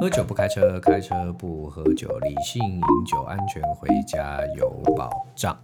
喝酒不开车，开车不喝酒，理性饮酒，安全回家有保障。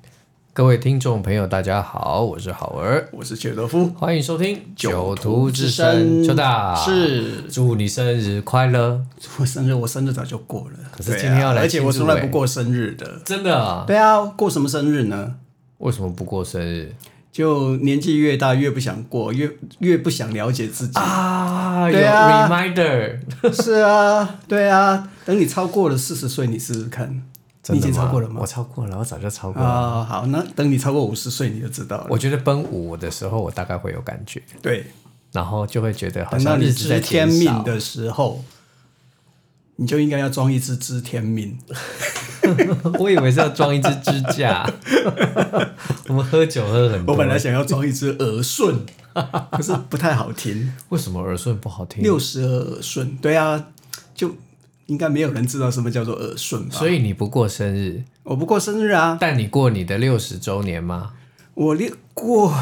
各位听众朋友，大家好，我是好儿，我是切德夫，欢迎收听酒徒徒之之声，声邱大，是祝你生日快乐！我生日我生日早就过了，可是对啊今天要来而且我庆祝从来欸不过生日的。真的啊？对啊，过什么生日呢？为什么不过生日就年纪越大越不想过，越越不想了解 自己。啊？有对啊 reminder，是啊，对啊，等你超过了四十岁，你试试看。你已经超过了吗？我超过了，我早就超过了。啊、好，那等你超过五十岁，你就知道了。我觉得奔五的时候，我大概会有感觉，对，然后就会觉得好等到像你日子在知减天少命的时候，你就应该要装一只知天命。 我以为是要装一只支架。 我们喝酒喝很多，我本来想要装一只耳顺， 可是不太好听。为什么耳顺不好听？ 六十而耳顺，对啊，就应该没有人知道什么叫做耳顺吧？所以你不过生日，我不过生日啊，但你过你的六十周年吗？我六过，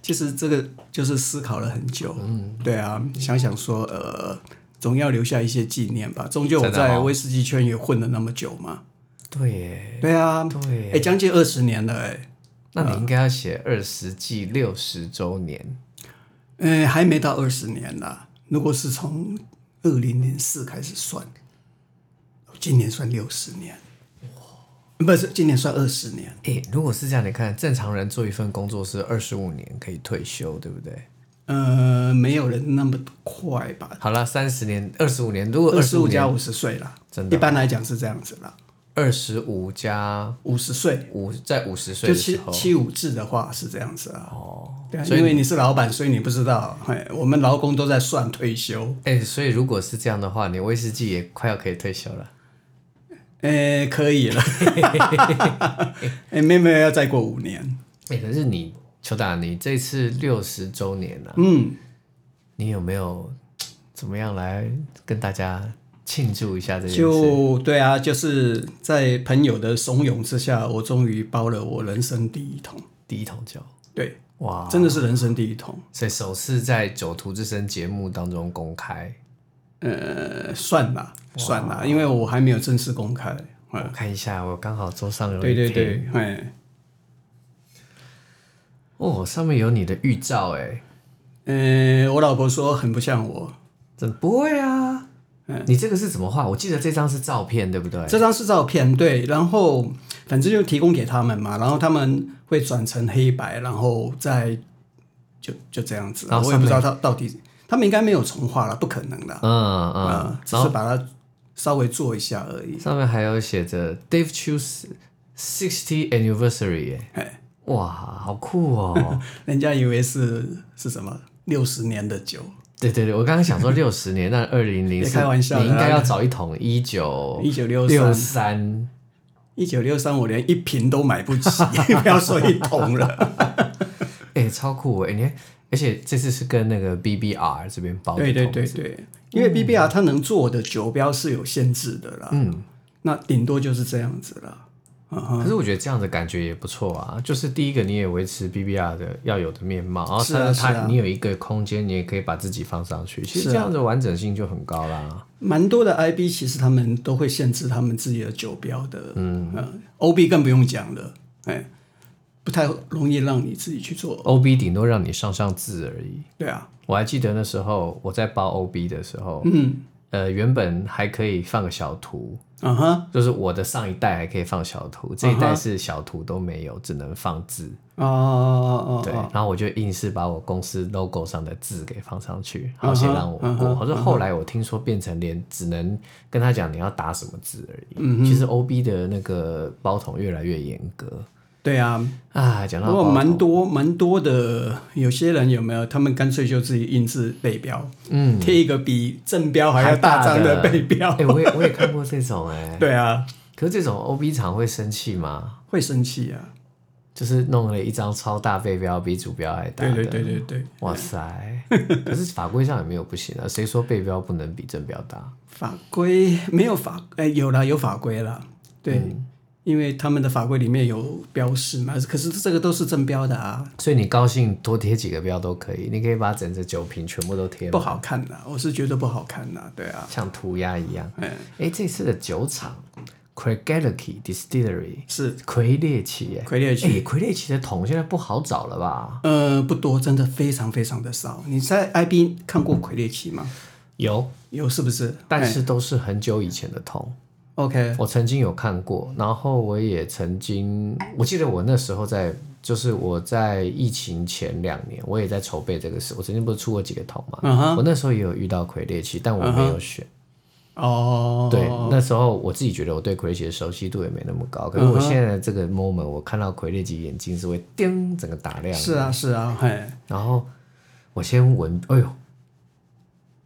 其实这个就是思考了很久。嗯，对啊，想想说，呃，总要留下一些纪念吧。终究我真的哦在威士忌圈也混了那么久嘛。对耶，对啊，对哎，将近二十年了，哎，那你应该要写二十季六十周年。呃，还没到二十年啦。如果是从二零零四开始算，今年算六十年，不是今年算二十年。诶，哎如果是这样，你看正常人做一份工作是二十五年可以退休，对不对？呃，没有人那么快吧？好了，三十年、二十五年，如果二二十十五五加年，五十岁啦，真的一般来讲是这样子啦。二十五加五十岁五，在五十岁就的时七候，七五制的话是这样子啊。哦，对啊，所以因为你是老板，所以你不知道，嘿，我们劳工都在算退休。诶，哎所以如果是这样的话，你威士忌也快要可以退休了。诶，呃可 以 哎了。诶，妹妹要再过五年，哎、可是你邱大，你这次六十周年啊，嗯，你有没有怎么样来跟大家庆祝一下这件事？就对啊，就是在朋友的怂恿之下，我终于包了我人生第一桶。第一桶酒，对，哇！真的是人生第一桶。所以首次在《酒徒之声》节目当中公开，呃，算啦，算啦，因为我还没有正式公开。呃我看一下，我刚好桌上有对一对瓶对，哎，哦，上面有你的预兆，哎，嗯、我老婆说很不像我，怎不会啊？你这个是怎么画？我记得这张是照片，对不对？嗯这张是照片，对，然后反正就提供给他们嘛，然后他们会转成黑白，然后再就就这样子，然后我也不知道他到底，他们应该没有重画了，不可能的，嗯啊、嗯，只是把它稍微做一下而已。上面还有写着 Dave Chu's sixty anniversary，哎哎，哇，好酷哦！ 人家以为是是什么六十年的酒，对对对，我刚刚想说六十年，那二零零别开玩笑你应该啦要找一桶一九一九六哦六三，三，一九六三，我连一瓶都买不起， 不要说一桶了。哎，超酷哎！你看，而且这次是跟那个 BBR 这边包的对对哦桶对对，因为 BBR 它能做的酒标是有限制的啦，嗯，那顶多就是这样子啦。嗯可是我觉得这样的感觉也不错啊，就是第一个你也维持 BBR 的要有的面貌，然后是啊它是它你有一个空间，你也可以把自己放上去，其实是啊这样的完整性就很高啦。蛮多的 IB 其实他们都会限制他们自己的酒标的，嗯、OB 更不用讲了，哎，不太容易让你自己去做， OB 顶多让你上上字而已。对啊，我还记得那时候我在包 OB 的时候，嗯，呃，原本还可以放个小图，嗯哼，就是我的上一代还可以放小图，这一代是小图都没有，只能放字。哦哦对哦，，然后我就硬是把我公司 logo 上的字给放上去，好先让我嗯过。可是后来我听说变成连只能跟他讲你要打什么字而已。嗯其实 OB 的那个包桶越来越严格对啊，啊，讲不到过包蛮多蛮多的，有些人有没有？他们干脆就自己印制背标，嗯，贴一个比正标还要大张的背标哎、。我也我也看过这种哎、 对啊，可是这种 OB 厂会生气吗？会生气啊！就是弄了一张超大背标，比主标还大对的。对对对对，哇塞！ 可是法规上也没有不行啊，谁说背标不能比正标大？嗯法规没有法，哎、有啦，有法规啦。对，因为他们的法规里面有标示嘛，可是这个都是正标的啊，所以你高兴多贴几个标都可以，你可以把整只酒瓶全部都贴不满，好看呐、我是觉得不好看呐、对啊，像涂鸦一样。嗯，哎，这次的酒厂 c r a g a l i c y Distillery 是魁列奇耶，魁列奇诶魁列奇的桶现在不好找了吧？呃不多，真的非常非常的少。你在 IB 看过魁列奇吗？有，有是不是？但哎是都是很久以前的桶。 OK，我曾经有看过，然后我也曾经，我记得我那时候在，就是我在疫情前两年，我也在筹备这个事。我曾经不是出过几个桶嘛嗯哼嗯我那时候也有遇到魁列奇，但我没有选。哦，对，那时候我自己觉得我对魁列奇的熟悉度也没那么高，可嗯是我现在的这个 moment，我看到魁列奇眼睛是会叮整个打亮的，是啊是啊，嘿，然后我先闻，哎呦，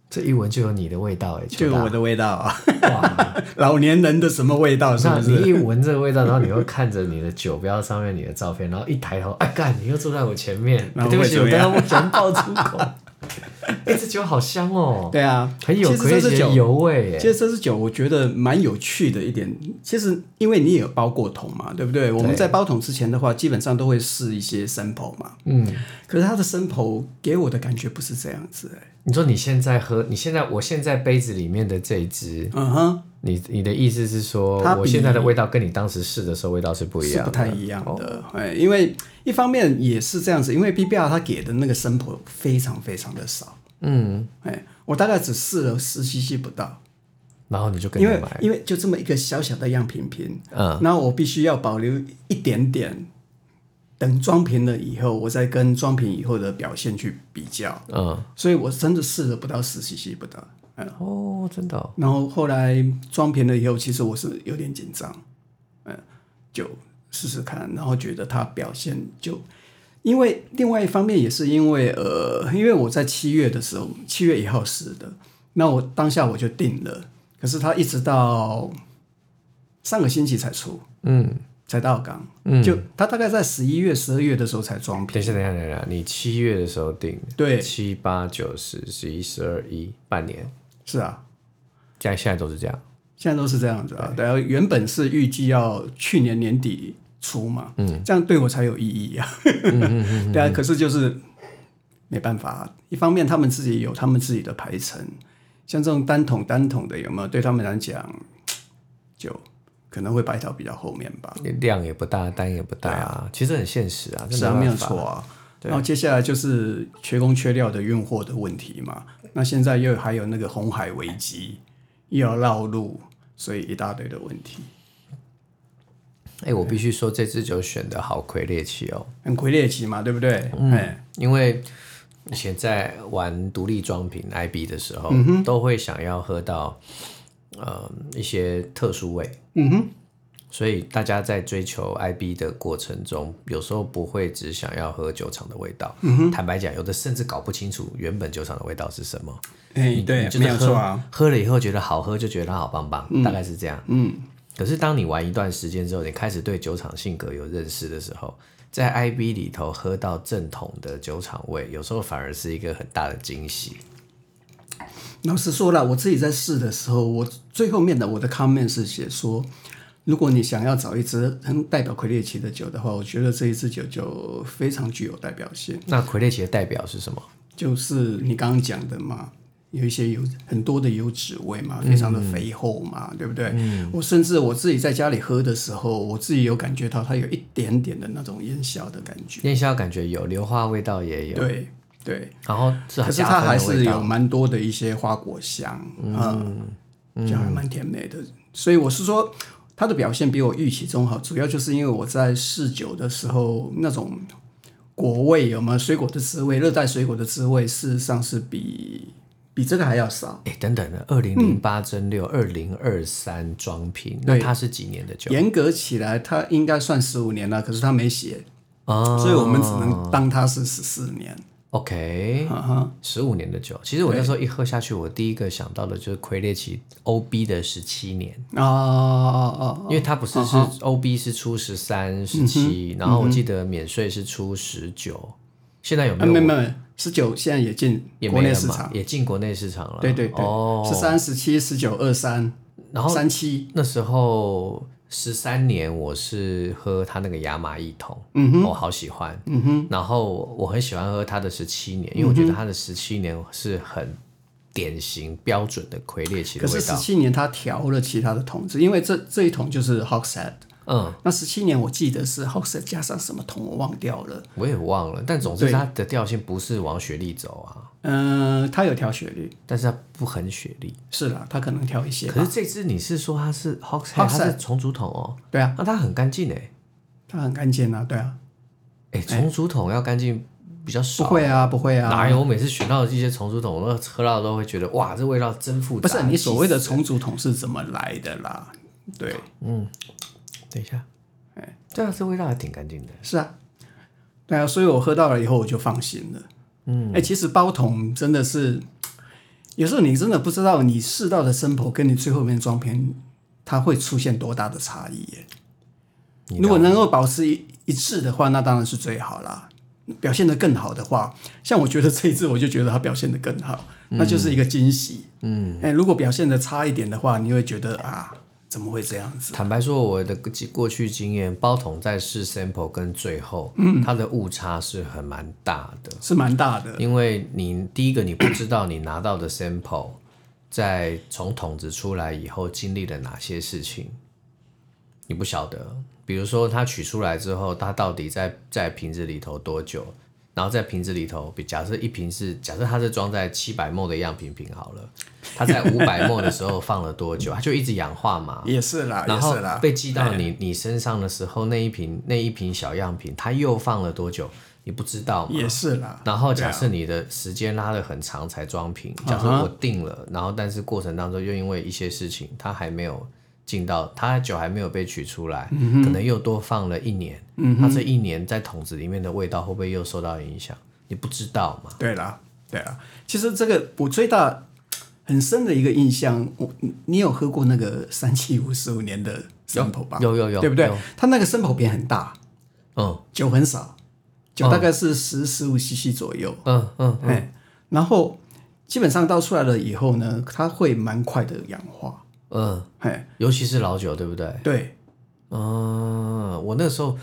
这一闻就有你的味道哎、欸，就邱有大我的味道啊，哇！ 老年人的什么味道是那不你是？一闻这个味道，然后你会看着你的酒标上面你的照片，然后一抬头，哎干，你又坐在我前面，然后对不会起，怎我么刚样刚不想爆粗口。哎，这酒好香哦， 对啊，很有 其实魁这杰是酒，油味其耶。实这支酒我觉得蛮有趣的一点，其实因为你也有包过桶嘛，对不对？我们在包桶之前的话，基本上都会试一些 sample 嘛。嗯，可是它的 sample 给我的感觉不是这样子、欸，你说你现在喝，你现在我现在杯子里面的这一支，嗯哼，你你的意思是说它，比我现在的味道跟你当时试的时候味道是不一是样不的，哦太一样的。哎、因为一方面也是这样子，因为 PBR 它给的那个 sample 非常非常的少，嗯，哎，我大概只试了十 cc 不到，然后你就跟因着为买，因为就这么一个小小的样品瓶，嗯，那我必须要保留一点点，等装瓶了以后，我再跟装瓶以后的表现去比较。嗯，所以我真的试了不到十 cc 不到，嗯，哦，真的哦、然后后来装瓶了以后，其实我是有点紧张，嗯，就试试看，然后觉得它表现就，因为另外一方面也是因为呃，因为我在七月的时候，七月一号试的，那我当下我就定了，可是它一直到上个星期才出，嗯，才到港，就它大概在十一月、十二月的时候才装等一瓶，下，等一下，等一下，你七月的时候定的，对七八九十十一十二一半年，是啊，这样现在都是这样。现在都是这样子啊。然后原本是预计要去年年底出嘛，嗯，这样对我才有意义啊。 对啊，可是就是没办法啊，一方面他们自己有他们自己的排程，像这种单桶单桶的有没有？对他们来讲，就可能会摆到比较后面吧。量也不大，单也不大、其实很现实啊，真是的啊，没有错啊。然后接下来就是缺工缺料的运货的问题嘛。那现在又还有那个红海危机，又要绕路，所以一大堆的问题，哎、我必须说这支酒选的好魁列奇哦，很魁列奇嘛，对不对？嗯，因为以前在玩独立装瓶 IB 的时候，都会想要喝到呃一些特殊味。嗯哼。所以大家在追求 IB 的过程中，有时候不会只想要喝酒厂的味道。嗯、坦白讲，有的甚至搞不清楚原本酒厂的味道是什么。哎，对你，嗯就是没有喝错啊。喝了以后觉得好喝，就觉得它好棒棒，大概是这样。嗯。可是当你玩一段时间之后，你开始对酒厂性格有认识的时候，在 IB 里头喝到正统的酒厂味，有时候反而是一个很大的惊喜。老实说了，我自己在试的时候，我最后面的我的 comment 是写说，如果你想要找一支很代表魁列奇的酒的话，我觉得这一支酒就非常具有代表性。那魁列奇的代表是什么？就是你刚刚讲的嘛，有一些油很多的油脂味嘛，非常的肥厚嘛，对不对？嗯我甚至我自己在家里喝的时候，我自己有感觉到它有一点点的那种烟硝的感觉。烟硝感觉有，硫化味道也有，对对，然后是可是加它分还的味是道有蛮多的一些花果香，嗯，就还蛮甜美的。所以我是说，它的表现比我预期中好，主要就是因为我在试酒的时候那种果味有没有水果的滋味，热带水果的滋味，事实上是比比这个还要少。哎，等等的，二零零八蒸嗯馏，二零二三装瓶，那它是几年的酒？严格起来，它应该算十五年了，可是它没写，哦所以我们只能当它是十四年。 OK，哈哈，十五年的酒。其实我那时候一喝下去，我第一个想到的就是魁列奇 OB 的十七年，哦哦哦嗯因为它不是是 OB 是出十三、十七，然后我记得免税是出十九，现在有哦，啊，没没有？没没，十九现在也进也国没内了市嘛场，，也进国内市场了。对对对，哦，十三、十七、十九、二三，然后三七那时候十三年我是喝他那个雅马一桶，嗯我好喜欢。嗯哼，嗯然后我很喜欢喝他的十七年，因为我觉得他的十七年是很典型标准的魁列奇可的是味十道。七年他调了其他的桶子，因为这这一桶就是 h o x h e a d 嗯，那十七年我记得是 h o x h e a d 加上什么桶我忘掉了。我也忘了，但总之对它的调性不是往雪莉走啊，嗯、他有调雪率，但是它不很雪莉。是啦，他可能调一些可吧。是这支你是说它是 h o x h e a d 它 Hogshead 是重竹桶哦，对啊，那、它很干净哎，他很干净啊，对啊，哎，重竹桶要干净比较不少。会啊，不会哦啊，哪有？我每次选到的一些重竹桶，我都喝到都会觉得哇，这味道真复不杂。是你所谓的重组桶是怎么来的啦？对，等一下，哎，对啊，这味道还挺干净的。是啊，对啊，所以我喝到了以后我就放心了。嗯，哎、其实包桶真的是，有时候你真的不知道你试到的生普跟你最后面装瓶，它会出现多大的差异耶。你如果能够保持一一致的话，那当然是最好啦。表现得更好的话，像我觉得这一次我就觉得它表现得更好，嗯那就是一个惊喜。嗯，哎、如果表现得差一点的话，你会觉得啊，怎么会这样子？坦白说，我的过过去经验，包桶在试 sample 跟最后，嗯，它的误差是很蛮大的，是蛮大的。因为你第一个你不知道你拿到的 sample 在从桶子出来以后经历了哪些事情，你不晓得。比如说，它取出来之后，它到底在在瓶子里头多久？然后在瓶子里头，比假设一瓶是假设它是装在七百 ml 的样品瓶好了，它在五百 ml 的时候放了多久？它就一直氧化嘛。也是啦，然啊也后是啦，哎被寄到你你身上的时候，那一瓶那一瓶小样品，它又放了多久？你不知道嘛？也是啦。然后假设你的时间拉得很长才装瓶，啊假设我定了，然后但是过程当中又因为一些事情，它还没有进到，它酒还没有被取出来，嗯可能又多放了一年，那这一年在桶子里面的味道会不会又受到影响？你不知道嘛？对啦，对啦。其实这个我最大很深的一个印象，我你你有喝过那个三七五十五年的生普吧？有有有，对不对有？？它那个生普瓶很大，嗯酒很少，酒大概是十十五 CC 左右。嗯嗯，哎，然后基本上倒出来了以后呢，它会蛮快的氧化。嗯，哎，尤其是老酒，对不对？对，嗯，我那时候，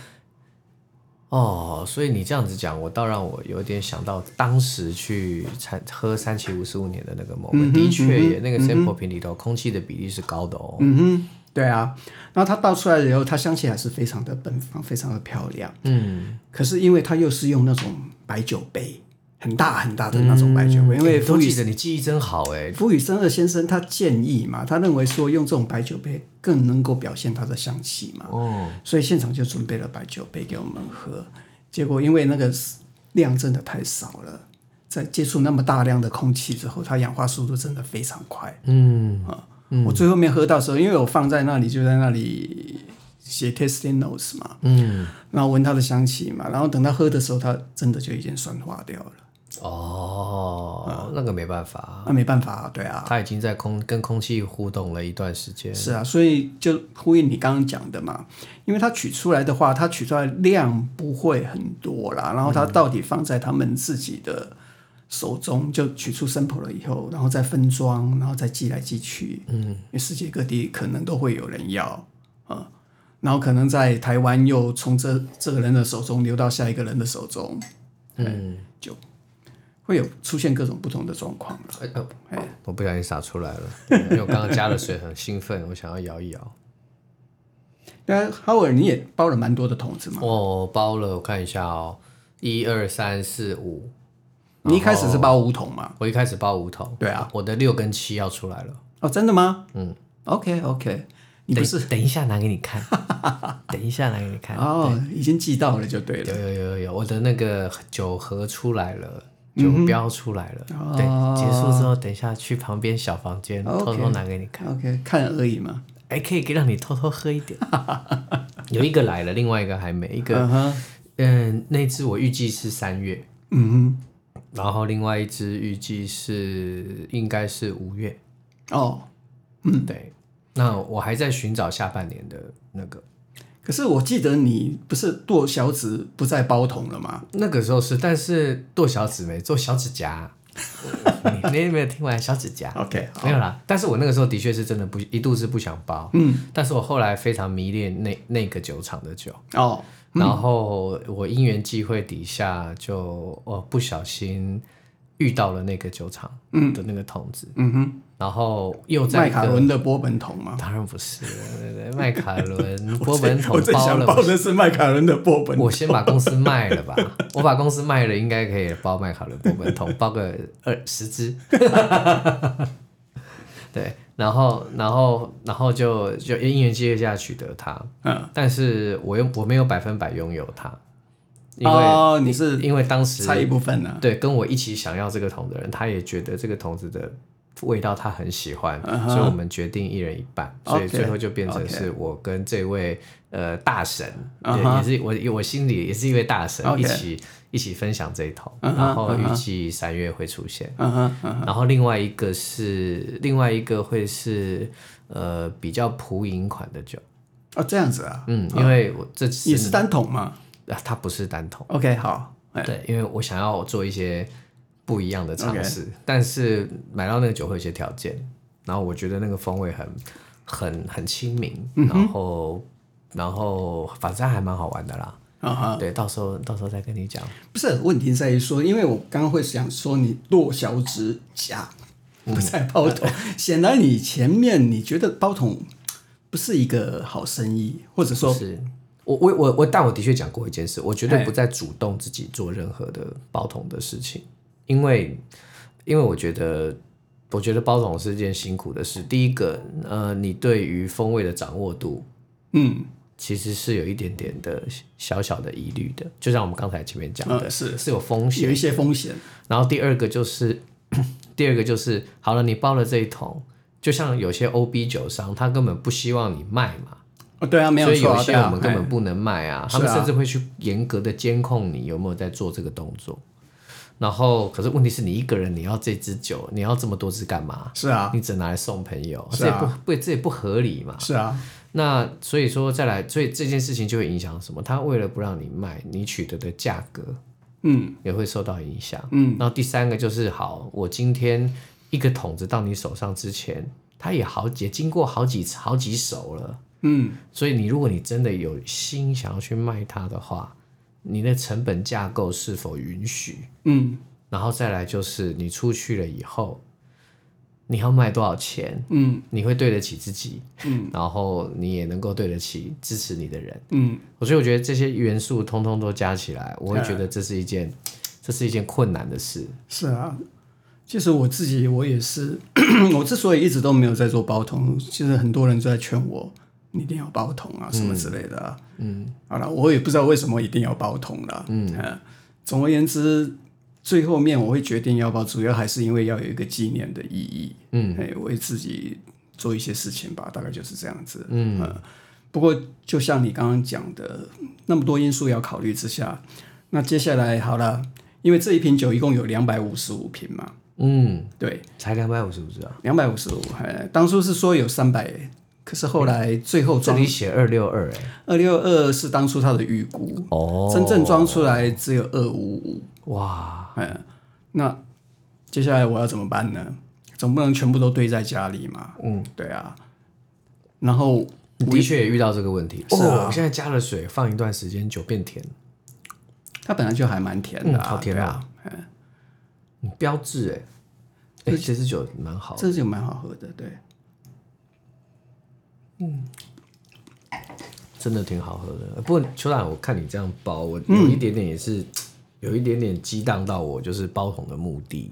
哦，所以你这样子讲，我倒让我有点想到当时去参喝三七五十五年的那个 moment，、的嗯确也，那个 sample 瓶里头空气的比例是高的哦。嗯哼，对啊。然后它倒出来了以后，它香气还是非常的奔放，非常的漂亮。嗯，可是因为它又是用那种白酒杯，很大很大的那种白酒杯，因为都傅记宇得你记忆真好哎。傅宇生二先生他建议嘛，他认为说用这种白酒杯更能够表现它的香气嘛，哦，所以现场就准备了白酒杯给我们喝。结果因为那个量真的太少了，在接触那么大量的空气之后，它氧化速度真的非常快。嗯，我最后面喝到的时候，因为我放在那里就在那里写 tasting notes 嘛，嗯，然后闻它的香气嘛，然后等到喝的时候，它真的就已经酸化掉了，哦，那个没办法，那、没办法、啊，对啊，它已经在空跟空气互动了一段时间。是啊，所以就呼应你刚刚讲的嘛，因为它取出来的话，它取出来量不会很多啦，然后它到底放在他们自己的手中，就取出 sample 了以后，然后再分装，然后再寄来寄去，嗯，因为世界各地可能都会有人要啊、然后可能在台湾又从这这个人的手中流到下一个人的手中，哎嗯，会有出现各种不同的状况了。哎呃我不小心洒出来了，因为我刚刚加了水，很兴奋，我想要摇一摇。那哈维尔你也包了蛮多的桶子嘛，我包了，我看一下哦，一二三四五，你一开始是包五桶嘛？我一开始包五桶，对啊，我的六跟七要出来了。哦，真的吗？嗯，OK OK，你不等是等一下拿给你看，等一下拿给你看。哦，已经记到了就对有了。有有有有，我的那个酒盒出来了，酒标出来了。哦对，结束之后，等一下去旁边小房间 OK 偷偷拿给你看， OK，看而已嘛。哎，可以给让你偷偷喝一点。有一个来了，另外一个还没。一个，嗯哼，嗯，那只我预计是三月，嗯然后另外一只预计是应该是五月。哼，哦，对，那我还在寻找下半年的那个。可是我记得你不是剁小指不再包桶了吗？ 那个时候是，但是剁小指没做小指甲，你你有没有听完小指甲？ OK，好没有啦，但是我那个时候的确是真的不一度是不想包，嗯，但是我后来非常迷恋那那个酒厂的酒，哦，然后我因缘际会底下就我不小心遇到了那个酒厂的那个桶子，嗯哼，然后又在麦一卡个伦的波本桶吗？当然不是对对对麦卡伦波本桶 我最包想了报的是麦卡伦的波本我先把公司卖了 吧，我把公司卖了，应该可以包麦卡伦波本桶，包个二十 支。对，然后，然后，然后就就因缘际会下取得它，嗯，但是我又我没有百分百拥有它，因为、哦，你是因为当时差一部分啊呢，对跟我一起想要这个桶的人，他也觉得这个桶子的味道他很喜欢嗯哼所以我们决定一人一半，所以 OK，最后就变成 OK 是我跟这位呃大神嗯哼也也是我我心里也是一位大神 OK 一起一起分享这一桶嗯哼然后嗯预哼计三月会出现。嗯哼，嗯然后另外一个是另外一个会是呃比较普饮款的酒，哦，这样子啊，嗯，因为我这次也是单桶嘛啊它不是单桶。 ，OK，好，哎，对，因为我想要做一些不一样的尝试但是买到那个酒会有一些条件，然后我觉得那个风味很很很亲民，嗯然后然后反正还蛮好玩的啦。啊哈，对，到时候到时候再跟你讲。不是问题在于说，因为我刚刚会想说你剁小指甲，嗯不在 包桶，显然你前面你觉得包桶不是一个好生意，或者说就是我我我我，但我的确讲过一件事，我绝哎对不再主动自己做任何的包桶的事情，因为因为我觉得。我觉得包桶是件辛苦的事。第一个，呃，你对于风味的掌握度，嗯，其实是有一点点的小小的疑虑的，就像我们刚才前面讲的，呃是是有风有险一。些风险，然后第二个就是， 第二个就是，好了，你包了这一桶，就像有些 OB 酒商，他根本不希望你卖嘛，哦，对啊，没所以错有啊，一些对啊我们根本哎不能卖啊，是他啊们甚至会去严格的监控你有没有在做这个动作。然后，可是问题是你一个人，你要这支酒，你要这么多支干嘛？是啊，你只拿来送朋友，是这也不啊不这也不合理嘛。是啊，那所以说再来，所以这件事情就会影响什么？他为了不让你卖，你取得的价格嗯也会受到影响。嗯，然后第三个就是，好，我今天一个桶子到你手上之前，它也好也经过好几好几手了。嗯，所以你如果你真的有心想要去卖它的话，你的成本架构是否允许？嗯然后再来就是你出去了以后，你要卖多少钱？嗯你会对得起自己，嗯，然后你也能够对得起支持你的人，嗯，所以我觉得这些元素通通都加起来，我会觉得这是一件，这是一件困难的事。是啊。其实我自己我也是， 我之所以一直都没有在做包桶，其实很多人都在劝我，你一定要包桶啊什么之类的啊、嗯，好了，我也不知道为什么一定要包桶了。嗯、总而言之，最后面我会决定要包，主要还是因为要有一个纪念的意义。嗯，哎，我会自己做一些事情吧，大概就是这样子。嗯、不过就像你刚刚讲的，那么多因素要考虑之下，那接下来好了，因为这一瓶酒一共有两百五十五瓶嘛，嗯，对，才两百五十五支啊，两百五十五。哎，当初是说有三百，可是后来最后哦这装里写二六二，哎，二六二是当初他的预估。哦真正装出来只有二五五，哇，嗯，那接下来我要怎么办呢？总不能全部都堆在家里嘛，嗯，对啊。然后你的确也遇到这个问题。是啊哦，我现在加了水，放一段时间，酒变甜，它本来就还蛮甜的、嗯啊好甜对啊啊，嗯标志哎。哎，这支酒蛮好的，这就蛮好喝的，对，真的挺好喝的。不过邱大，我看你这样包，我嗯有一点点也是，有一点点激荡到我，就是包桶的目的。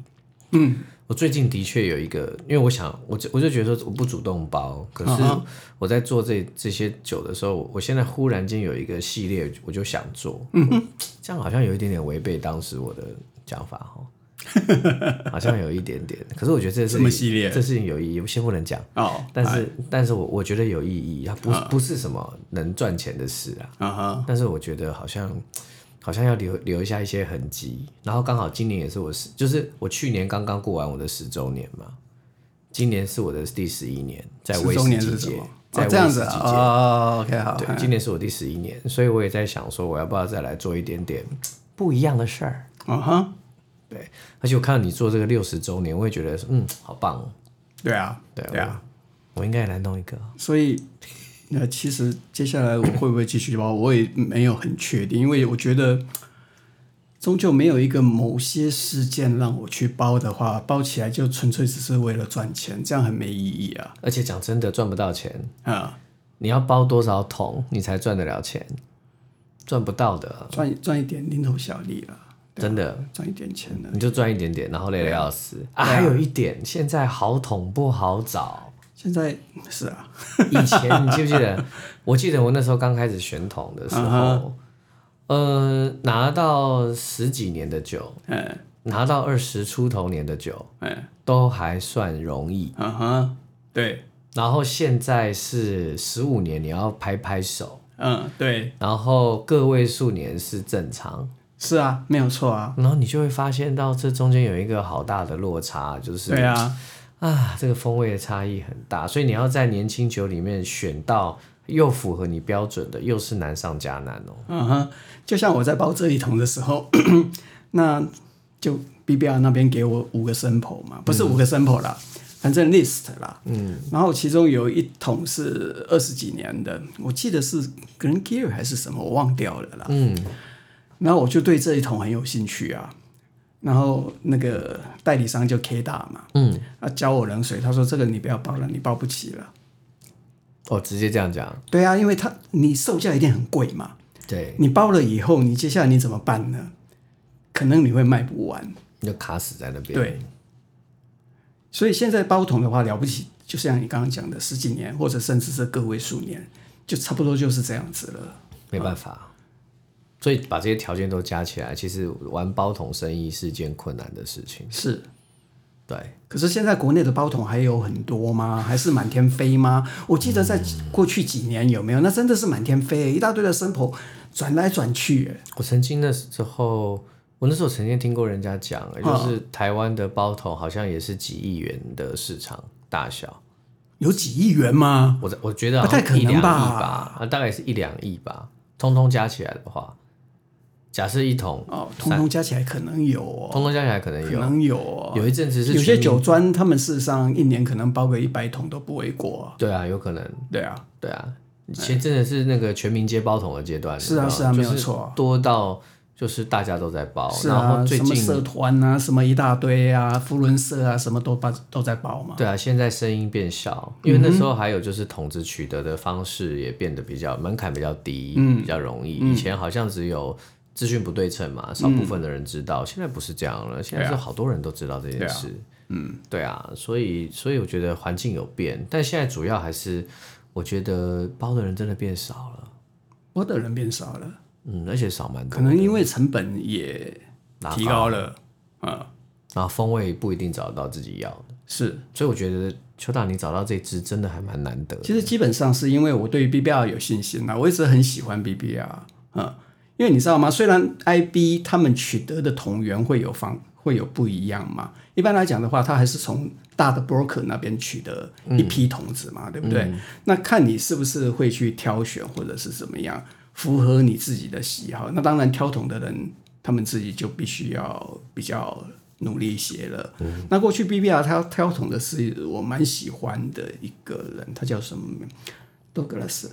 嗯，我最近的确有一个，因为我想，我就我就觉得说我不主动包，可啊是我在做这这些酒的时候，我现在忽然间有一个系列，我就想做，嗯、这样好像有一点点违背当时我的讲法哈。好像有一点点，可是我觉得这是这么系列这事情有意义，我先不能讲。哦，但是，但是我我觉得有意义，它嗯不是不是什么能赚钱的事啊。啊哈，但是我觉得好像好像要留留下一些痕迹。然后刚好今年也是我十，就是我去年刚刚过完我的十周年嘛，今年是我的第十一年，在十威周士年忌是什界么，？在哦，威这样士子忌啊、界。哦，OK 好，对，今年是我第十一年，所以我也在想说，我要不要再来做一点点不一样的事儿？嗯哼，对，而且我看到你做这个六十周年，我也觉得嗯，好棒哦，对啊，对对啊，我应该也来弄一个。所以，那其实接下来我会不会继续包，我也没有很确定，因为我觉得终究没有一个某些事件让我去包的话，包起来就纯粹只是为了赚钱，这样很没意义啊而且讲真的，赚不到钱，啊！你要包多少桶你才赚得了钱？赚不到的，赚赚一点零头小利了，真的，赚一点钱了。你就赚一点点，然后累得要死啊！还有一点，现在好桶不好找。现在是啊，以前你记不记 得？我记得我那时候刚开始选桶的时嗯候呃，拿到十几年的酒，嗯拿到二十出头年的酒，嗯都还算容易。啊哈，对，然后现在是十五年，你要拍拍手，嗯对，然后个位数年是正常，是啊，没有错啊，然后你就会发现到这中间有一个好大的落差，就是对啊，啊，这个风味的差异很大，所以你要在年轻酒里面选到又符合你标准的，又是难上加难哦。嗯哼，就像我在包这一桶的时候， 那就 BBR 那边给我五个 sample 嘛，不是五个 sample 啦，反正 list 啦，嗯，然后其中有一桶是二十几年的，我记得是 Green Gear 还是什么，我忘掉了啦，嗯，然后我就对这一桶很有兴趣啊。然后那个代理商就 K 大嘛，嗯，啊教我冷水，他说这个你不要包了，你包不起了。哦，直接这样讲，对啊，因为他你售价一定很贵嘛，对，你包了以后，你接下来你怎么办呢？可能你会卖不完。你就卡死在那边。对，所以现在包桶的话了不起，就像你刚刚讲的，十几年或者甚至是个位数年，就差不多就是这样子了。没办法。所以把这些条件都加起来，其实玩包桶生意是件困难的事情。是，对，可是现在国内的包桶还有很多吗？还是满天飞吗？我记得在过去几年有没有？那真的是满天飞，一大堆的生婆转来转去。欸我曾经那时候，我那时候曾经听过人家讲，就是台湾的包桶好像也是几亿元的市场大小。有几亿元吗？我在我觉得不太可好能像一两亿吧吧，啊，大概是一两亿吧，通通加起来的话，假设一桶，哦，通通加起来可能有哦，通通加起来可能可有，能有哦。有一阵子是有些全民酒庄他们事实上一年可能包个一百桶都不为过、啊。对啊，有可能，对啊，对啊，前真的是那个全民皆包桶的阶段，是啊你知是道啊，吗没就是有错。多到就是大家都在包，是然后啊，最什么近社团啊，什么一大堆啊，福伦社啊，什么都包都在包嘛。对啊，现在声音变小，因为那时候还有就是桶子取得的方式也变得比较门槛比较低，嗯比较容易。以前好像只有资讯不对称嘛，少部分的人知嗯道，现在不是这样啊了，现在是好多人都知道这件事。嗯，对啊，所以所以我觉得环境有变，但现在主要还是我觉得包的人真的变少了，包的人变少了，嗯，而且少蛮多可，能因为成本也拉提高了。嗯，然后风味不一定找得到自己要的。是。所以我觉得邱大你找到这只真的还蛮难得的。其实基本上是因为我对 BBR 有信心啊啦，我一直很喜欢 BBR，嗯，因为你知道吗？虽然 IB 他们取得的同源会有方会有不一样嘛，一般来讲的话，它还是从大的 broker 那边取得一批桶子嘛，对不对？那看你是不是会去挑选或者是怎么样，符合你自己的喜好。那当然，挑桶的人他们自己就必须要比较努力一些了。那过去 BBR 他挑桶的是我蛮喜欢的一个人，他叫什么名？Douglas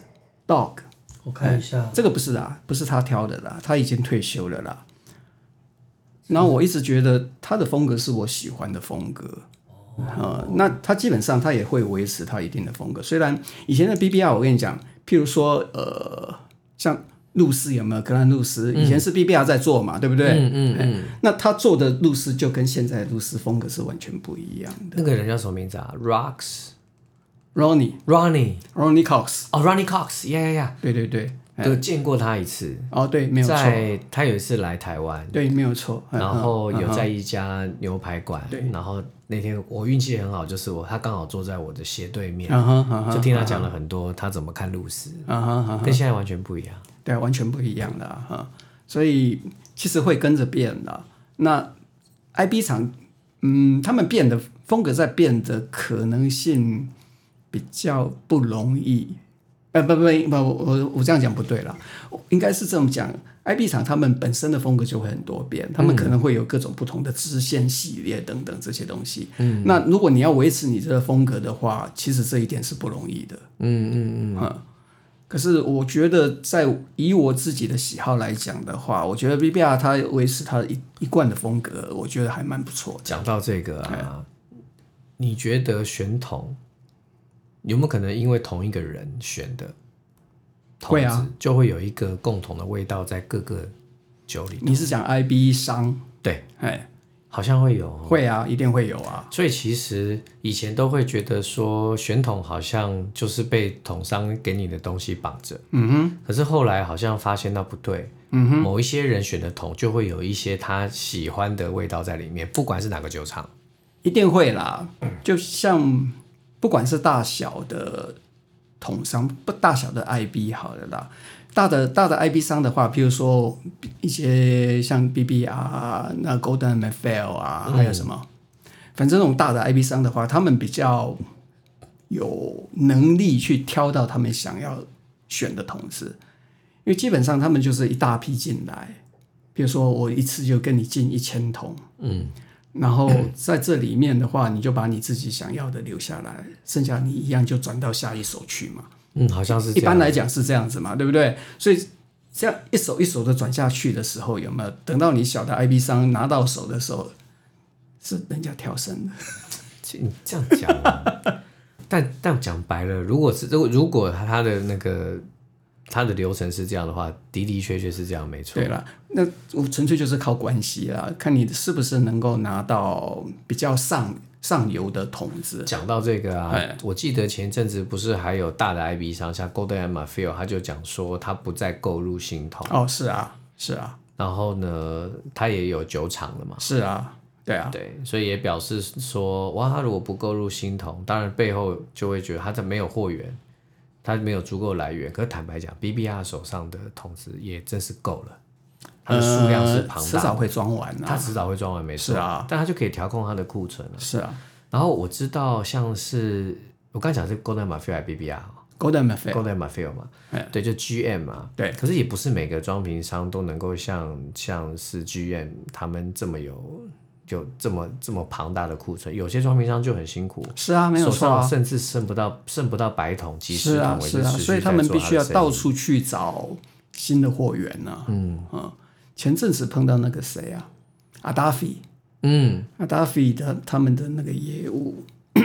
Dog，我看一下，这个不是啦，不是他挑的啦，他已经退休了啦。然后我一直觉得他的风格是我喜欢的风格，呃，那他基本上他也会维持他一定的风格。虽然以前的 BBR，我跟你讲，譬如说呃，像露丝有没有格兰露丝，以前是 BBR 在做嘛，对不对？嗯嗯嗯，那他做的露丝就跟现在的露丝风格是完全不一样的。那个人叫什么名字啊？Rocks Ronnie Ronnie Ronnie Cox，哦，Ronnie Cox，呀呀呀，对对对，都见过他一次，哦对，哎没有错，在他有一次来台湾，对没有错。嗯然后嗯有在一家牛排馆，然后那天我运气很好，就是我他刚好坐在我的斜对面，嗯哼嗯哼，就听他讲了很多他怎么看露丝，嗯哼嗯哼。跟现在完全不一样。对，完全不一样的啊哈。所以其实会跟着变的。那 IB 厂，嗯，他们变的风格在变的可能性比较不容易呃，不不不，我我我这样讲不对啦，我应该是这么讲。IB 厂他们本身的风格就会很多变，他们可能会有各种不同的支线系列等等这些东西。嗯，那如果你要维持你这个风格的话，其实这一点是不容易的。嗯嗯嗯，可是我觉得，在以我自己的喜好来讲的话，我觉得 VBR 它维持它一一贯的风格，我觉得还蛮不错讲到这个啊，你觉得选桶有没有可能因为同一个人选的桶会啊子，就会有一个共同的味道在各个酒的里？。你是讲 IB 商？对，哎，好像会有哦。会啊，一定会有啊。所以其实以前都会觉得说选桶好像就是被桶商给你的东西绑着，嗯哼。可是后来好像发现到不对，嗯哼。某一些人选的桶就会有一些他喜欢的味道在里面，不管是哪个酒厂。一定会啦，就像不管是大小的桶商，不大小的 IB 好了啦，大的大的 IB 商的话，譬如说一些像 BBR 啊、那 Golden m a f e l 啊，还有什么，反正那种大的 IB 商的话，他们比较有能力去挑到他们想要选的桶子，因为基本上他们就是一大批进来，比如说我一次就跟你进一千桶。然 后在这里面的话，你就把你自己想要的留下来，剩下你一样就转到下一手去嘛。嗯，好像是一这样。般来讲是这样子嘛，对不对？所以这样一手一手的转下去的时候，有没有等到你小的 IB 商拿到手的时候，是人家跳绳的？这你这样讲啊、 但但讲白了，如果是如果如果他的那个他的流程是这样的话，的的确确是这样，没错对。啦，那我纯粹就是靠关系啦，看你是不是能够拿到比较上上游的桶子。讲到这个啊哎，我记得前阵子不是还有大的 IB 商，像 Golden m a f i e l 他就讲说他不再购入新桶，哦，是啊，是啊，然后呢，他也有酒厂了嘛，是啊，对啊，对，所以也表示说，哇，他如果不购入新桶，当然背后就会觉得他的没有货源，他没有足够来源。可是坦白讲，BBR 手上的桶子也真是够了，它的数量是庞呃迟大，早会装完它啊。迟早会装完没错，是啊，但它就可以调控它的库存了。是啊然后我知道像是我刚讲是 Golden m a f i e l 还是 BBR 哦。 ，Golden m a f e Golden m a f i e l 嘛，对，就 GM 嘛，对可是也不是每个装瓶商都能够像像是 GM 他们这么有有这么这么庞大的库存，有些装瓶商就很辛苦，是啊，没有手错上啊，甚至剩不到剩不到百桶、几是十啊桶为是止，啊，持续所以在们做必它须的要生意到处去找新的货源呢、嗯啊，前阵子碰到那个谁啊，阿达菲，嗯阿达菲的他们的那个业务，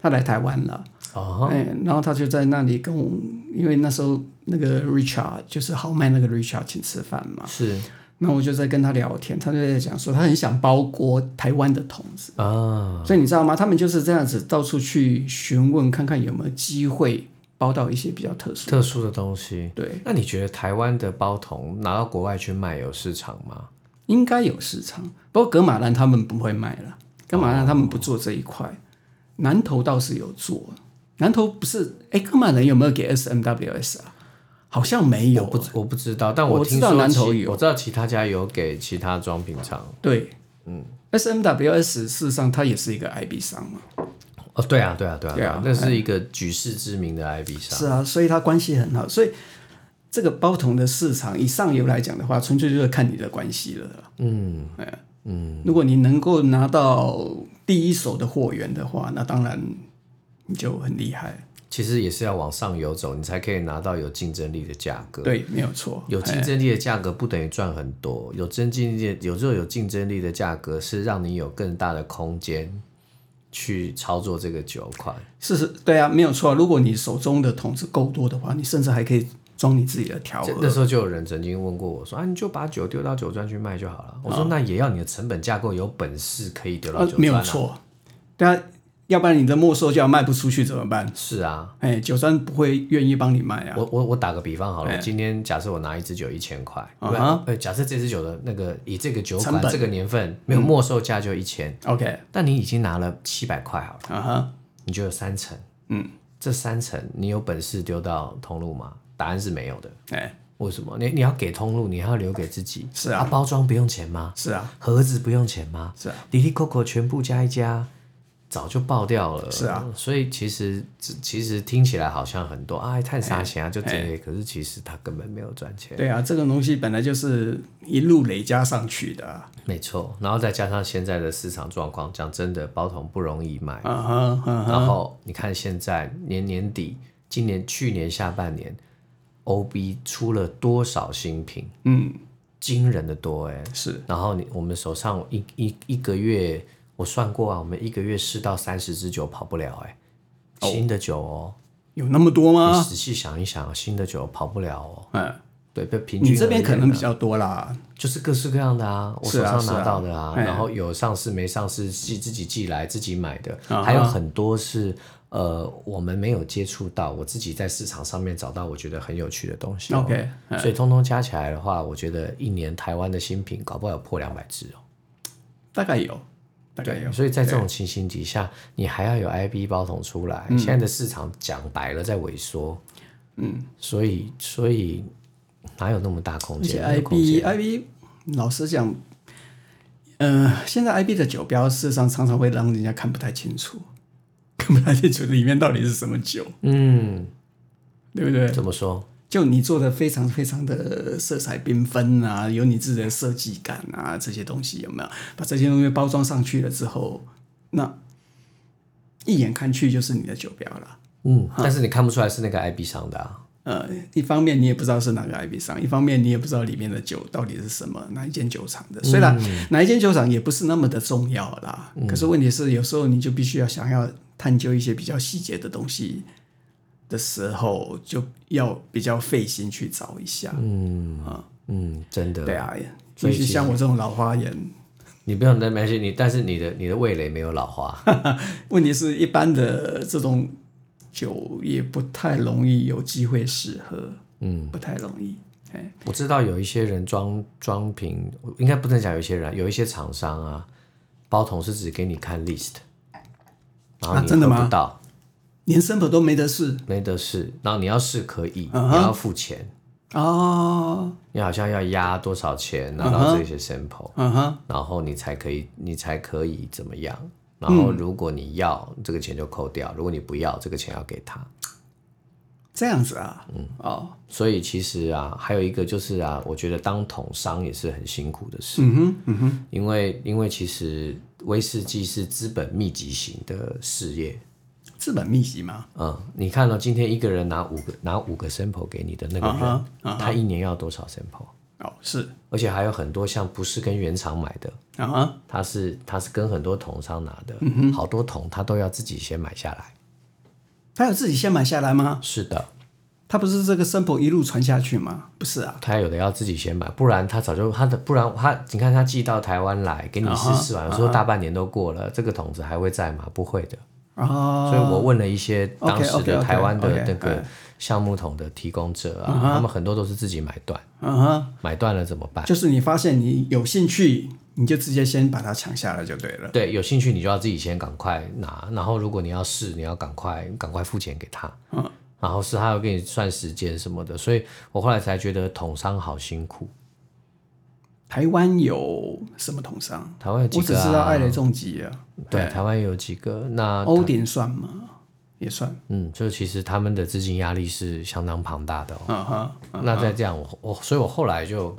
他来台湾了，哦，哎，然后他就在那里跟我，因为那时候那个 Richard 就是豪迈那个 Richard 请吃饭嘛，是那我就在跟他聊天，他就在讲说他很想包裹台湾的桶子。啊，所以你知道吗？他们就是这样子到处去询问，看看有没有机会包到一些比较特殊的。特殊的东西。对，那你觉得台湾的包桶拿到国外去卖有市场吗？应该有市场。不过格马兰他们不会卖了，格马兰他们不做这一块。南投倒是有做，南投不是？哎，格马兰有没有给 SMWS 啊？好像没有我。不我不知道，但我听知道说南其投有我知道其他家有给其他装瓶厂。对，嗯，SMWS 事实上它也是一个 IB 商嘛。哦，对啊，对啊，对啊，对啊那是一个举世知名的 IB 商。是啊，所以它关系很好，所以这个包桶的市场，以上游来讲的话，纯粹就是看你的关系了。嗯，嗯，如果你能够拿到第一手的货源的话，那当然你就很厉害。其实也是要往上游走，你才可以拿到有竞争力的价格。对，没有错。有竞争力的价格不等于赚很多，有真竞力有时候有竞争力的价格是让你有更大的空间去操作这个酒款。是是，对啊，没有错。如果你手中的桶子够多的话，你甚至还可以装你自己的调这和。那时候就有人曾经问过我说：“啊，你就把酒丢到酒庄去卖就好了。”我说：“那也要你的成本架构有本事可以丢到呃酒庄、啊。没有错，对啊，要不然你的末售价卖不出去怎么办？是啊，哎，九三不会愿意帮你卖啊。哎我我我打个比方好了，我今天假设我拿一支酒一千块，啊对哈呃，假设这支酒的那个以这个酒成款本嗯这个年份没有没售价就一千、 OK，但你已经拿了七百块好了，啊哈，你就有三成，嗯，这三成你有本事丢到通路吗？答案是没有的。哎，为什么？你你要给通路，你还要留给自己。是啊包装不用钱吗？是啊。盒子不用钱吗？是啊，里里扣扣全部加一加，早就爆掉了。是啊，所以其实其实听起来好像很多啊，太傻哎钱啊，就这些，可是其实他根本没有赚钱。对啊，这种东西本来就是一路累加上去的啊。没错，然后再加上现在的市场状况，讲真的，包桶不容易买。嗯哼嗯哼，然后你看现在年年底，今年去年下半年，OB 出了多少新品？嗯，惊人的多哎、是然后你我们手上一一一个月，我算过啊，我们一个月试到三十支酒跑不了哎、新的酒哦，有那么多你吗？仔细想一想，新的酒跑不了哦。嗯，对，被平均你这边而言可能比较多啦。就是各式各样的啊，我是手啊上是啊拿到的啊，哎然后有上市没上市寄自己寄来自己买的，啊哈还有很多是呃我们没有接触到，我自己在市场上面找到我觉得很有趣的东西哦、 OK，哎所以通通加起来的话，我觉得一年台湾的新品搞不好有破两百支哦。大概有，大概有。所以在这种情形底下，你还要有 IB 包桶出来。嗯现在的市场讲白了在萎缩，嗯，所以所以哪有那么大空而且啊间？没有空间 IB IB，老实讲，呃，现在 IB 的酒标事实上常常会让人家看不太清楚， 看不太清楚里面到底是什么酒，嗯，对不对？怎么说？就你做的非常非常的色彩缤纷啊，有你自己的设计感啊，这些东西有没有？把这些东西包装上去了之后，那一眼看去就是你的酒标了。嗯，但是你看不出来是那个 IB 上的啊。呃，一方面你也不知道是哪个 IB 商，一方面你也不知道里面的酒到底是什么哪一间酒厂的。虽然哪一间酒厂也不是那么的重要啦，可是问题是有时候你就必须要想要探究一些比较细节的东西的时候，就要比较费心去找一下。嗯，真的。对啊，所尤以其其实像我这种老花眼，你不用担担心你，但是你的你的味蕾没有老化。 问题是一般的这种酒也不太容易有机会试喝，嗯，不太容易。哎，我知道有一些人装装瓶，应该不能讲有一些人，有一些厂商啊，包桶是只给你看 list，然后啊你真的喝吗不到，连生普都没得试没得试。然后你要试可以，嗯你要付钱，哦，你好像要压多少钱拿到这些 sample，、嗯哼，然后你才可以，你才可以怎么样？然嗯后如果你要，这个钱就扣掉；如果你不要，这个钱要给他。这样子啊，嗯，哦，所以其实啊，还有一个就是啊，我觉得当桶商也是很辛苦的事，嗯哼，嗯哼，因为因为其实威士忌是资本密集型的事业。资本密集嘛，嗯，你看到、今天一个人拿五个拿五个 sample 给你的那个人啊哈啊他一年要多少 sample？哦，是而且还有很多像不是跟原厂买的，啊哈，他是他是跟很多桶商拿嗯的，好多桶他都要自己先买下来。他有自己先买下来吗？是的，他不是这个生普一路传下去吗？不是啊，他有的要自己先买，不然他早就他的，不然他你看他寄到台湾来给你试试完，说大半年都过了，这个桶子还会在吗？不会的。哦，所以我问了一些当时 OK，OK，OK，的台湾的 OK，那个橡木桶的提供者啊，他们很多都是自己买断，嗯哼，买断了怎么办？就是你发现你有兴趣，你就直接先把它抢下来就对了。对，有兴趣你就要自己先赶快拿，然后如果你要试，你要赶快赶快付钱给他，嗯然后是他要给你算时间什么的，所以我后来才觉得桶商好辛苦。台湾有什么桶商？台湾有我几只个、知道哦啊？爱雷重疾啊，对，台湾有几个？那欧鼎算吗？也算，嗯，就其实他们的资金压力是相当庞大的哦。嗯哼，那再这样，我我所以，我后来就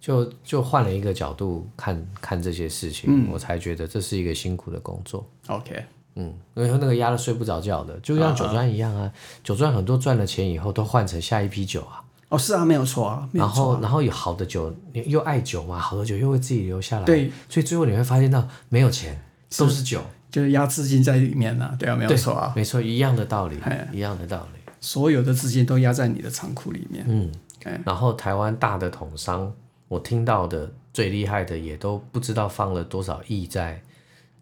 就就换了一个角度看看这些事情，嗯我才觉得这是一个辛苦的工作。 OK，嗯，因为那个压得睡不着觉的，就嗯像酒庄一样啊，酒庄很多赚了钱以后都换成下一批酒啊，哦，是啊，没有错啊，没有然错啊、后然后有好的酒，你又爱酒嘛，好的酒又会自己留下来，对，所以最后你会发现到没有钱都是酒，就是压资金在里面了、对啊，没有对错啊，没错，一样的道理哎，一样的道理。所有的资金都压在你的仓库里面。嗯哎，然后台湾大的桶商，我听到的最厉害的也都不知道放了多少亿在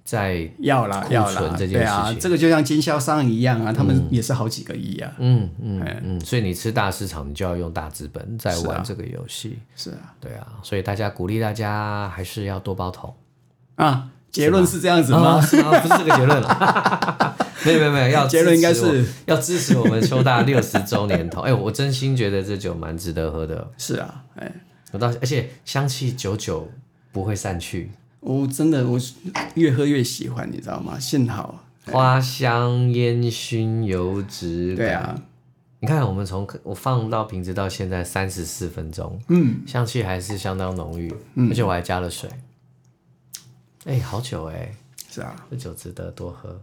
在要啦，库存要啦，这件对啊事，情这个就像经销商一样啊，他们也是好几个亿啊，嗯嗯嗯，所以你吃大市场，你就要用大资本在玩这个游戏，是啊，对啊，所以大家鼓励大家还是要多包桶，啊，结论是这样子啊吗？是吗？不是这个结论了。 没有没有没有，要结论应该支持我是要支持我们邱大 六十周年桶。哎、我真心觉得这酒蛮值得喝的，是啊，哎，我到而且香气久久不会散去。我真的我越喝越喜欢，你知道吗？幸好花香、烟熏、油脂对啊，你看，我们从我放到瓶子到现在三十四分钟，嗯，香气还是相当浓郁，而且我还加了水。哎、好酒哎、是啊，这酒值得多喝。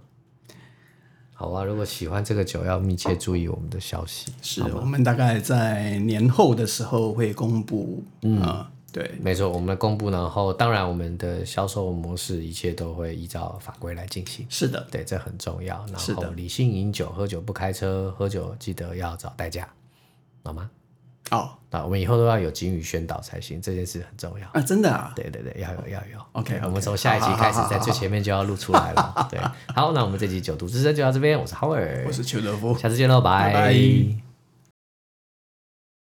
好啊，如果喜欢这个酒，要密切注意我们的消息。是我们大概在年后的时候会公布，嗯、对，没错，我们的公布，然后当然我们的销售模式，一切都会依照法规来进行。是的，对，这很重要。然是后理性饮酒，喝酒不开车，喝酒记得要找代驾，好吗？哦啊，我们以后都要有警语宣导才行，这件事很重要。啊，真的啊，对对对，要有要有。 OK，OK，我们从下一集好好开始好，在最前面就要录出来了。对，好，那我们这集九度之声就到这边，我是 Howard，我是邱德夫。下次见喽，拜拜